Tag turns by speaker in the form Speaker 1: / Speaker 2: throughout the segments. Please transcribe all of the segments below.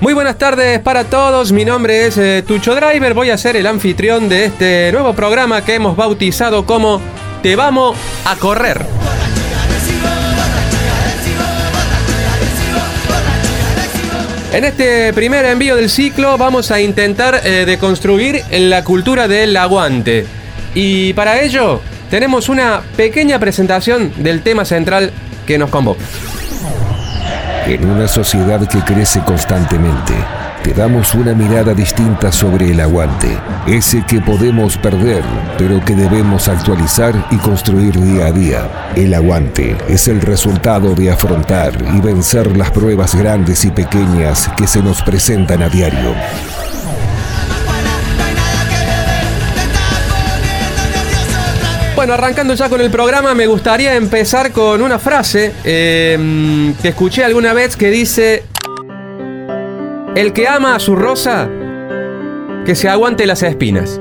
Speaker 1: Muy buenas tardes para todos, mi nombre es eh, Tucho Driver, voy a ser el anfitrión de este nuevo programa que hemos bautizado como Te vamos a correr. En este primer envío del ciclo vamos a intentar eh, deconstruir la cultura del aguante. Y para ello tenemos una pequeña presentación del tema central que nos convoca.
Speaker 2: En una sociedad que crece constantemente, te damos una mirada distinta sobre el aguante, ese que podemos perder, pero que debemos actualizar y construir día a día. El aguante es el resultado de afrontar y vencer las pruebas grandes y pequeñas que se nos presentan a diario.
Speaker 1: Bueno, arrancando ya con el programa, me gustaría empezar con una frase eh, que escuché alguna vez que dice, el que ama a su rosa, que se aguante las espinas.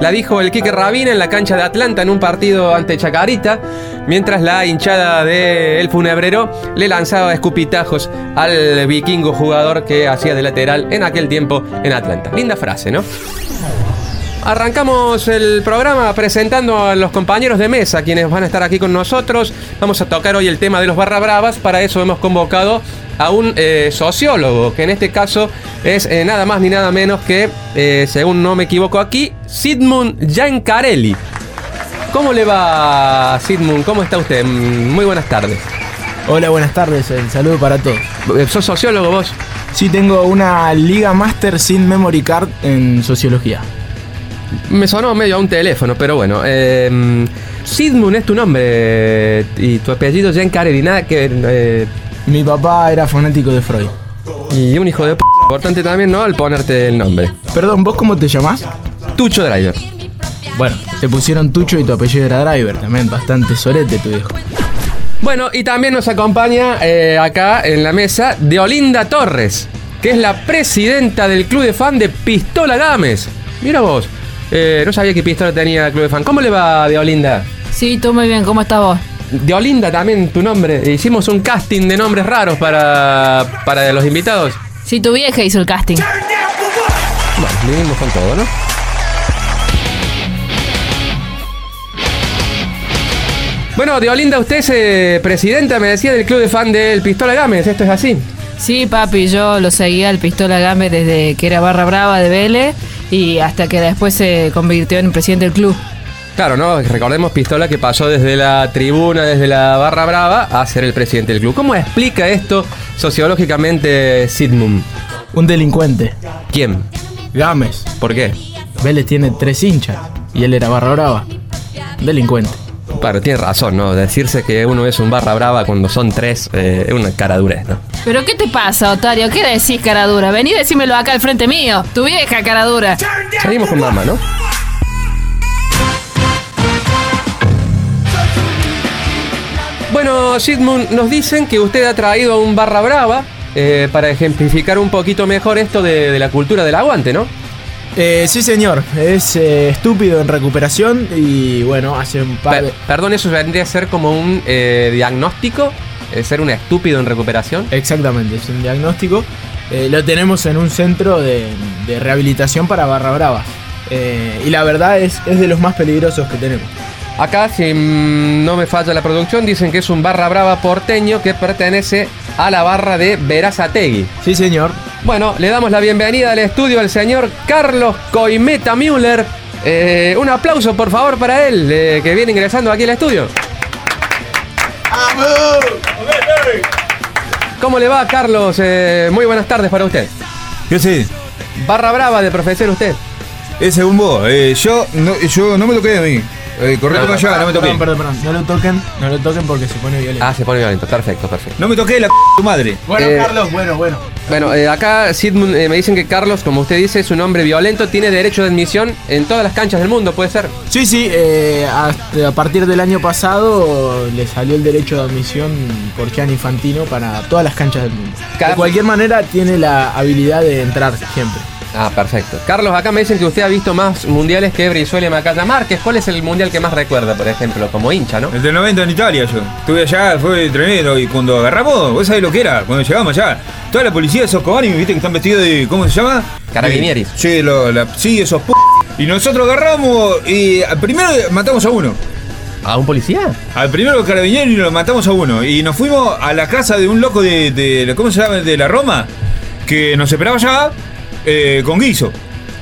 Speaker 1: La dijo el Quique Rabina en la cancha de Atlanta en un partido ante Chacarita, mientras la hinchada de El Funebrero le lanzaba escupitajos al vikingo jugador que hacía de lateral en aquel tiempo en Atlanta. Linda frase, ¿no? Arrancamos el programa presentando a los compañeros de mesa, quienes van a estar aquí con nosotros. Vamos a tocar hoy el tema de los barra bravas. Para eso hemos convocado a un eh, sociólogo, que en este caso es eh, nada más ni nada menos que, eh, según no me equivoco aquí, Sidmund Giancarelli. ¿Cómo le va, Sidmund? ¿Cómo está usted? Mm, Muy buenas tardes.
Speaker 3: Hola, buenas tardes, el saludo para todos.
Speaker 1: Eh, ¿Sos sociólogo vos?
Speaker 3: Sí, tengo una Liga Master sin Memory Card en Sociología.
Speaker 1: Me sonó medio a un teléfono, pero bueno. Eh, Sidmund es tu nombre y tu apellido Giancarelli, nada que... eh,
Speaker 3: Mi papá era fanático de Freud.
Speaker 1: y un hijo de p... Importante también, ¿no? Al ponerte el nombre.
Speaker 3: Perdón, ¿vos cómo te llamás?
Speaker 1: Tucho Driver.
Speaker 3: Bueno, te pusieron Tucho y tu apellido era Driver, también bastante sorete tu viejo.
Speaker 1: Bueno, y también nos acompaña eh, acá en la mesa Deolinda Torres, que es la presidenta del club de fan de Pistola Gámez. Mira vos, eh, no sabía que Pistola tenía club de fan. ¿Cómo le va, Deolinda?
Speaker 4: Sí, tú muy bien, ¿cómo estás vos?
Speaker 1: Deolinda también, tu nombre. Hicimos un casting de nombres raros para, para los invitados.
Speaker 4: Sí, tu vieja hizo el casting.
Speaker 1: Bueno, vivimos con todo, ¿no? Bueno, Deolinda, usted es eh, presidenta, me decía, del club de fan del Pistola Gámez. ¿Esto es así?
Speaker 4: Sí, papi, yo lo seguía al Pistola Gámez desde que era barra brava de Vélez y hasta que después se convirtió en presidente del club.
Speaker 1: Claro, ¿no? Recordemos Pistola que pasó desde la tribuna, desde la barra brava, a ser el presidente del club. ¿Cómo explica esto sociológicamente Sidmum?
Speaker 3: Un delincuente.
Speaker 1: ¿Quién?
Speaker 3: Gámez.
Speaker 1: ¿Por qué?
Speaker 3: Vélez tiene tres hinchas y él era barra brava. Delincuente.
Speaker 1: Claro, tiene razón, ¿no? Decirse que uno es un barra brava cuando son tres eh, es una cara durez, ¿no?
Speaker 4: ¿Pero qué te pasa, Otario? ¿Qué decís, cara dura? Vení, decímelo acá al frente mío. Tu vieja, cara dura.
Speaker 1: Seguimos con mamá, ¿no? Bueno, Sidmund, nos dicen que usted ha traído a un barra brava eh, para ejemplificar un poquito mejor esto de, de la cultura del aguante, ¿no?
Speaker 3: Eh, sí, señor. Es eh, estúpido en recuperación y bueno, hace un par de...
Speaker 1: Per- perdón, eso vendría a ser como un eh, diagnóstico, eh, ser un estúpido en recuperación.
Speaker 3: Exactamente, es un diagnóstico. Eh, lo tenemos en un centro de, de rehabilitación para barra bravas. Eh, y la verdad es, es de los más peligrosos que tenemos.
Speaker 1: Acá, si mm, no me falla la producción, dicen que es un barra brava porteño que pertenece a la barra de Verazategui.
Speaker 3: Sí, señor.
Speaker 1: Bueno, le damos la bienvenida al estudio al señor Carlos Coimeta Müller. Eh, un aplauso, por favor, para él, eh, que viene ingresando aquí al estudio. ¿Cómo le va, Carlos? Eh, muy buenas tardes para usted.
Speaker 5: Yo sí,
Speaker 1: Barra brava de profesor usted.
Speaker 5: es según vos. Eh, yo, no, yo no me toqué a mí. Eh, correte para allá, no me toqué.
Speaker 3: ah, Perdón, perdón, perdón. No lo toquen, no lo toquen porque se pone violento.
Speaker 1: Ah, se pone violento. Perfecto, perfecto.
Speaker 5: No me toqué la p tu madre.
Speaker 3: bueno,
Speaker 1: eh,
Speaker 3: Carlos, bueno, bueno.
Speaker 1: Bueno, eh, acá Sidmund, eh, me dicen que Carlos, como usted dice, es un hombre violento, tiene derecho de admisión en todas las canchas del mundo, puede ser.
Speaker 3: Sí, sí, eh, hasta- a partir del año pasado le salió el derecho de admisión por Gian Infantino para todas las canchas del mundo.
Speaker 1: Car-
Speaker 3: De cualquier manera tiene la habilidad de entrar siempre.
Speaker 1: Ah, perfecto. Carlos, acá me dicen que usted ha visto más mundiales que Brizuela y Macaya Márquez. ¿Cuál es el mundial que más recuerda, por ejemplo, como hincha, no?
Speaker 5: El del 90 en Italia yo. Estuve allá, fue tremendo. Y cuando agarramos, vos sabés lo que era, cuando llegamos allá, toda la policía de esos cobanes, viste que están vestidos de. ¿Cómo se llama?
Speaker 1: Carabinieris.
Speaker 5: Eh, Sí, lo- la- sí, esos p. Y nosotros agarramos y ah, primero matamos a uno.
Speaker 1: ¿A un policía?
Speaker 5: Al primero carabinero y lo matamos a uno. Y nos fuimos a la casa de un loco de. de- ¿Cómo se llama? De la Roma. Que nos esperaba allá eh, con guiso.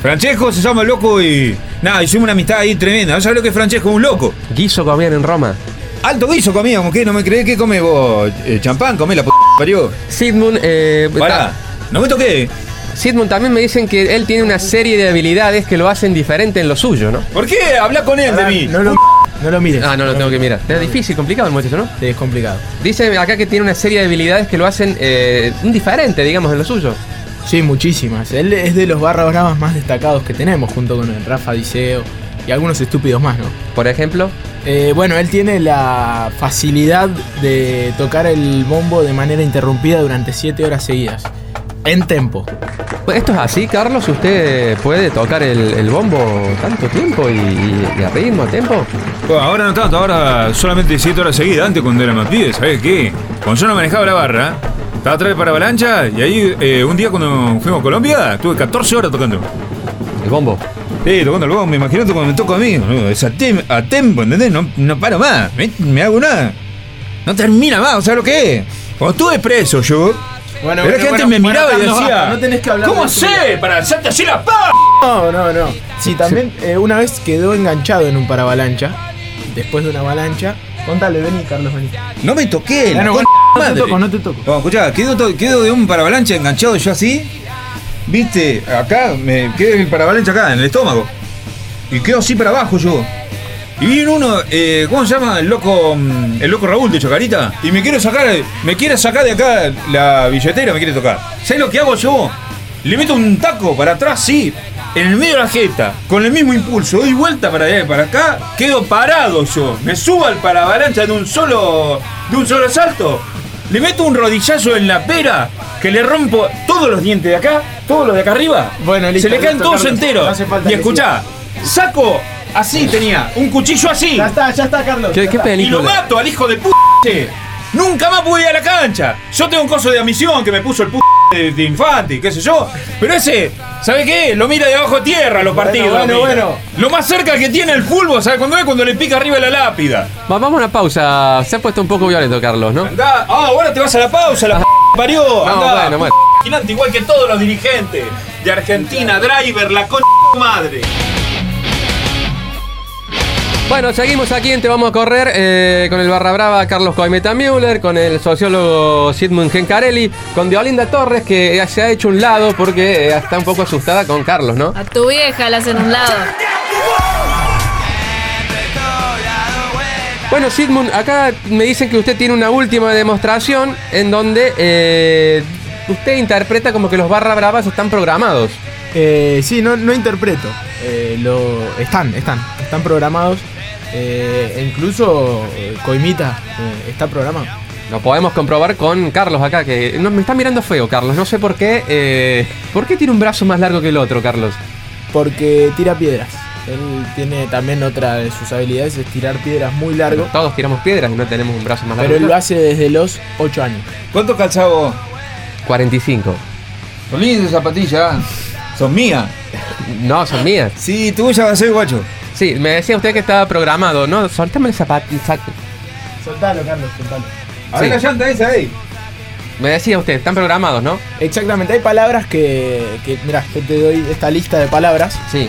Speaker 5: Francesco se llama el loco y. Nada, hicimos una amistad ahí tremenda. ¿No sabés lo que es Francesco? Un loco.
Speaker 1: Guiso comían en Roma.
Speaker 5: Alto guiso comíamos, ¿qué? ¿No me crees que come vos? Eh, champán, comé la p parió.
Speaker 1: Sidmund, eh,
Speaker 5: Pará, no me toqué.
Speaker 1: ta- Sidmund también me dicen que él tiene una serie de habilidades que lo hacen diferente en lo suyo, ¿no?
Speaker 5: ¿Por qué? Habla con él de mí.
Speaker 3: No lo, no lo mires.
Speaker 1: Ah, no lo tengo que mirar. Es difícil, complicado el muchacho, ¿no?
Speaker 3: Sí, Es complicado.
Speaker 1: Dice acá que tiene una serie de habilidades que lo hacen eh, un diferente, digamos, en lo suyo.
Speaker 3: Sí, muchísimas. Él es de los barra bravas más destacados que tenemos, junto con el Rafa Diceo y algunos estúpidos más, ¿no?
Speaker 1: Por ejemplo,
Speaker 3: Eh, bueno, él tiene la facilidad de tocar el bombo de manera interrumpida durante 7 horas seguidas. En tempo.
Speaker 1: pues, ¿esto es así, Carlos? ¿Usted puede tocar el, el bombo tanto tiempo y, y- y a ritmo, a tiempo?
Speaker 5: Bueno, ahora no tanto, ahora solamente 7 horas seguidas. Antes cuando era más pibe, ¿sabés qué? Cuando yo no manejaba la barra, estaba atrás para avalancha y ahí eh, un día cuando fuimos a Colombia, tuve 14 horas tocando.
Speaker 1: El bombo.
Speaker 5: Sí, tocando el bombo, me imagino cuando me toco a mí. boludo, Es a, tem- a tempo, ¿entendés? No, no paro más, me, me hago nada. No termina más, ¿sabes lo que es? Cuando estuve preso yo,
Speaker 3: Bueno,
Speaker 5: Pero
Speaker 3: bueno,
Speaker 5: es que antes
Speaker 3: bueno,
Speaker 5: me
Speaker 3: bueno,
Speaker 5: miraba y
Speaker 3: Carlos,
Speaker 5: decía.
Speaker 3: basta, no tenés que hablar
Speaker 5: ¿Cómo
Speaker 3: de eso,
Speaker 5: sé? Para hacerte así la pa.
Speaker 3: No, no, no. Sí, también eh, una vez quedó enganchado en un paravalancha. Después de una avalancha. Contale, vení, Carlos, vení.
Speaker 5: No me toqué. la
Speaker 3: Bueno,
Speaker 5: con-
Speaker 3: bueno, no te
Speaker 5: madre.
Speaker 3: toco, no te toco.
Speaker 5: Bueno, escuchá, quedo, to- quedo de un paravalancha enganchado yo así. Viste, acá, me quedé el paravalancha acá, en el estómago. Y quedo así para abajo yo. Y vino uno, eh, ¿cómo se llama? El loco, mm, el loco Raúl de Chocarita. Y me quiere sacar, me quiere sacar de acá la billetera, me quiere tocar. ¿Sabes lo que hago yo? Le meto un taco para atrás, sí, en el medio de la jeta, con el mismo impulso, doy vuelta para allá y para acá, quedo parado yo. Me subo al paravalancha de un solo, de un solo salto. Le meto un rodillazo en la pera, que le rompo todos los dientes de acá, todos los de acá arriba.
Speaker 3: Bueno, listo,
Speaker 5: Se le caen
Speaker 3: listo,
Speaker 5: todos
Speaker 3: Carlos.
Speaker 5: enteros.
Speaker 3: No hace falta
Speaker 5: y
Speaker 3: que
Speaker 5: escuchá, saco así tenía, un cuchillo así.
Speaker 3: Ya está, ya está, Carlos.
Speaker 1: ¿Qué,
Speaker 3: ya
Speaker 1: qué
Speaker 3: está.
Speaker 5: Y lo
Speaker 1: película?
Speaker 5: mato al hijo de p. che. Nunca más pude ir a la cancha. Yo tengo un coso de admisión que me puso el p de, de infante, y qué sé yo. Pero ese, ¿sabe qué? Lo mira de abajo de tierra los
Speaker 3: Bueno,
Speaker 5: partidos.
Speaker 3: bueno,
Speaker 5: lo mira.
Speaker 3: bueno.
Speaker 5: Lo más cerca que tiene el fútbol, ¿sabe cuándo es? Cuando le pica arriba la lápida.
Speaker 1: Va- vamos a una pausa. Se ha puesto un poco violento, Carlos, ¿no?
Speaker 5: Andá. Ah, ahora te vas a la pausa, la p parió. Andá,
Speaker 1: bueno, bueno.
Speaker 5: Vigilante igual que todos los dirigentes de Argentina, Driver, la concha de tu madre.
Speaker 1: Bueno, seguimos aquí en Te Vamos a Correr eh, con el Barra Brava Carlos Coimeta Müller, con el sociólogo Sidmund Gencarelli, con Diolinda Torres, que eh, se ha hecho un lado porque eh, está un poco asustada con Carlos, ¿no?
Speaker 4: A tu vieja la hacen un lado.
Speaker 1: Bueno, Sidmund, acá me dicen que usted tiene una última demostración en donde eh, usted interpreta como que los Barra Bravas están programados.
Speaker 3: Eh, sí, no, no interpreto. Eh, lo, están, están, están programados. Eh, e incluso eh, Coimita eh, está programado.
Speaker 1: Lo podemos comprobar con Carlos acá, que no, me está mirando feo, Carlos. No sé por qué. eh, ¿Por qué tiene un brazo más largo que el otro, Carlos?
Speaker 3: Porque tira piedras. Él tiene también otra de sus habilidades, es tirar piedras muy largo.
Speaker 1: Todos tiramos piedras y no tenemos un brazo más largo.
Speaker 3: Pero
Speaker 1: que
Speaker 3: él
Speaker 1: el
Speaker 3: lo
Speaker 1: otro.
Speaker 3: hace desde los 8 años.
Speaker 5: ¿Cuánto calzado?
Speaker 1: 45.
Speaker 5: Son lindas zapatillas. Son mías.
Speaker 1: No, son mías.
Speaker 5: Sí, tuya va a ser guacho.
Speaker 1: Sí, me decía usted que estaba programado, ¿no? Soltame el zapato.
Speaker 3: Soltalo, Carlos, soltalo.
Speaker 5: A ver
Speaker 1: Sí.
Speaker 5: la llanta esa ahí.
Speaker 1: Me decía usted, están programados, ¿no?
Speaker 3: Exactamente, hay palabras que, que mira, yo te doy esta lista de palabras
Speaker 1: Sí.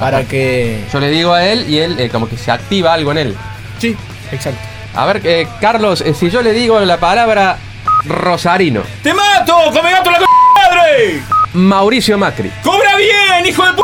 Speaker 3: para que...
Speaker 1: Yo le digo a él y él eh, como que se activa algo en él.
Speaker 3: Sí, exacto.
Speaker 1: A ver, eh, Carlos, eh, si yo le digo la palabra Rosarino,
Speaker 5: ¡Te mato! ¡Come gato la c madre!
Speaker 1: Mauricio Macri,
Speaker 5: ¡Cobra bien, hijo de p!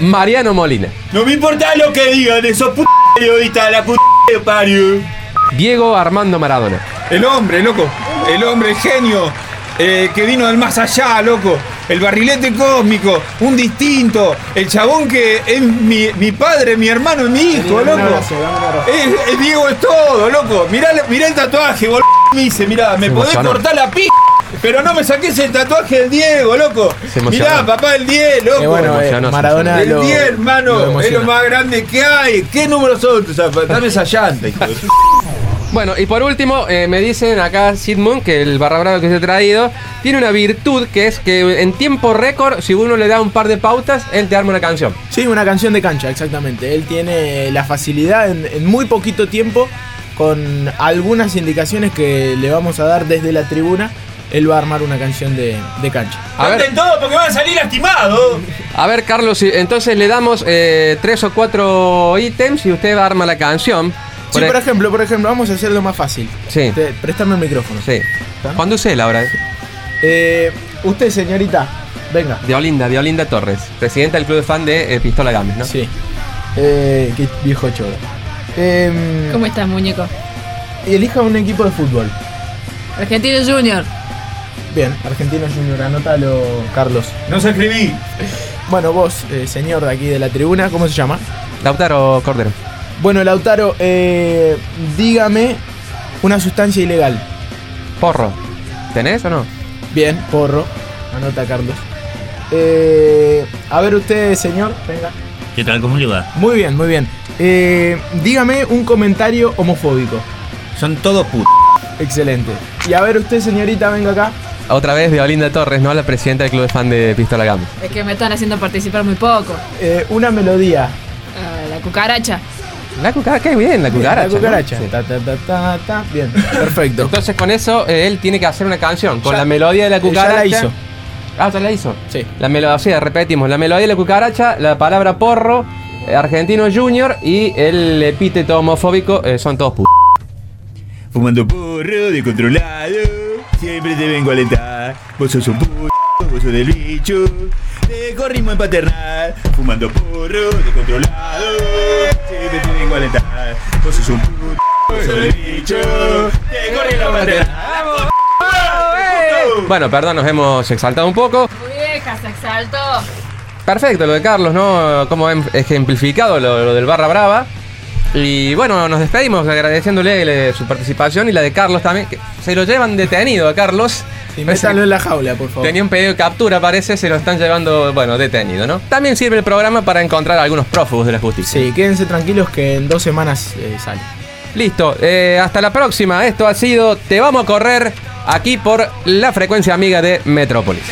Speaker 1: Mariano Molina,
Speaker 5: No me importa lo que digan esos p periodistas de la p que parió.
Speaker 1: Diego Armando Maradona.
Speaker 5: El hombre, loco. El hombre, el genio. eh, que vino del más allá, loco. El barrilete cósmico. Un distinto. El chabón que es mi, mi padre, mi hermano y mi hijo,
Speaker 3: Dame un
Speaker 5: loco.
Speaker 3: abrazo, dame un abrazo.
Speaker 5: Eh, eh, Diego es todo, loco. Mirá, mirá el tatuaje, boludo. Me dice, mirá, me
Speaker 1: Se
Speaker 5: podés
Speaker 1: emocionó.
Speaker 5: cortar la p. Pero no me saques el tatuaje del Diego, loco.
Speaker 1: Se emociona.
Speaker 5: Mirá, papá, el 10, loco.
Speaker 3: Eh, bueno, eh,
Speaker 1: Emociona,
Speaker 3: Maradona
Speaker 5: el
Speaker 3: lo,
Speaker 5: 10, hermano,
Speaker 3: lo
Speaker 5: es
Speaker 3: emociona.
Speaker 5: lo más grande que hay. ¿Qué número son? O sea, dame esa llanta, hijo de su-
Speaker 1: Bueno, y por último, eh, me dicen acá Sid Moon que el barra brava que se ha traído tiene una virtud que es que en tiempo récord, si uno le da un par de pautas, él te arma una canción.
Speaker 3: Sí, una canción de cancha, exactamente. Él tiene la facilidad en, en muy poquito tiempo, con algunas indicaciones que le vamos a dar desde la tribuna, él va a armar una canción de, de cancha.
Speaker 1: A ver,
Speaker 5: Canten todo porque van a salir lastimados.
Speaker 1: a ver Carlos, si- entonces le damos eh, tres o cuatro ítems y usted arma la canción.
Speaker 3: Sí, por ejemplo, por ejemplo, vamos a hacerlo más fácil.
Speaker 1: Sí.
Speaker 3: Te- préstame el micrófono.
Speaker 1: Sí. Cuando usted, Laura, eh?
Speaker 3: Eh, usted, señorita, venga.
Speaker 1: de Olinda, de Olinda Torres, presidenta del club de fan de eh, Pistola Games, ¿no?
Speaker 3: Sí. Eh, qué viejo choro. Em,
Speaker 4: ¿Cómo estás, muñeco?
Speaker 3: elija un equipo de fútbol.
Speaker 4: Argentino Junior.
Speaker 3: Bien, Argentino Junior, anótalo, Carlos.
Speaker 5: No se escribí.
Speaker 3: Bueno, vos, eh, señor de aquí de la tribuna, ¿cómo se llama?
Speaker 1: Lautaro Cordero.
Speaker 3: Bueno, Lautaro, eh, dígame una sustancia ilegal.
Speaker 1: Porro. ¿Tenés o no?
Speaker 3: Bien, porro. Anota, Carlos. Eh, a ver usted, señor. Venga.
Speaker 6: ¿Qué tal? ¿Cómo le va?
Speaker 3: Muy bien, muy bien. Eh, dígame un comentario homofóbico.
Speaker 6: Son todos putos.
Speaker 3: Excelente. Y a ver usted, señorita, venga acá.
Speaker 1: Otra vez de Olinda Torres, ¿no? La presidenta del club de fan de Pistola Games.
Speaker 4: Es que me están haciendo participar muy poco.
Speaker 3: Eh, una melodía.
Speaker 4: Ah, la cucaracha.
Speaker 1: La cucaracha, qué bien, la cucaracha.
Speaker 3: La
Speaker 1: ¿no?
Speaker 3: cucaracha.
Speaker 1: Sí.
Speaker 3: Ta, ta, ta, ta, ta. Bien, perfecto.
Speaker 1: Entonces con eso eh, él tiene que hacer una canción con
Speaker 3: Ya.
Speaker 1: la melodía de la
Speaker 3: Eh, ya
Speaker 1: cucaracha.
Speaker 3: la hizo.
Speaker 1: Ah, ya la hizo.
Speaker 3: Sí.
Speaker 1: La melodía, o sea, repetimos, la melodía de la cucaracha, la palabra porro, eh, argentino junior y el epíteto homofóbico eh, son todos p***.
Speaker 6: Fumando porro, descontrolado. Siempre te vengo a alentar. Vos sos un puto, vos sos del bicho. Te corrimos en paternal. Fumando porro, descontrolado. Siempre te vengo a alentar. Vos sos un puto, vos sos del bicho. Te corrimos en paternal.
Speaker 1: Bueno, perdón, nos hemos exaltado un poco.
Speaker 4: Tu vieja se exaltó.
Speaker 1: Perfecto, lo de Carlos, ¿no? Como hem- ejemplificado lo, lo del Barra Brava. Y bueno, nos despedimos agradeciéndole eh, su participación y la de Carlos también. que se lo llevan detenido a Carlos. Parece que-
Speaker 3: Y métalo en la jaula, por favor.
Speaker 1: Tenía un pedido de captura, parece, se lo están llevando, bueno, detenido, ¿no? También sirve el programa para encontrar a algunos prófugos de la justicia.
Speaker 3: Sí, quédense tranquilos que en dos semanas eh, sale.
Speaker 1: Listo, eh, hasta la próxima. Esto ha sido Te Vamos a Correr, aquí por la frecuencia amiga de Metrópolis.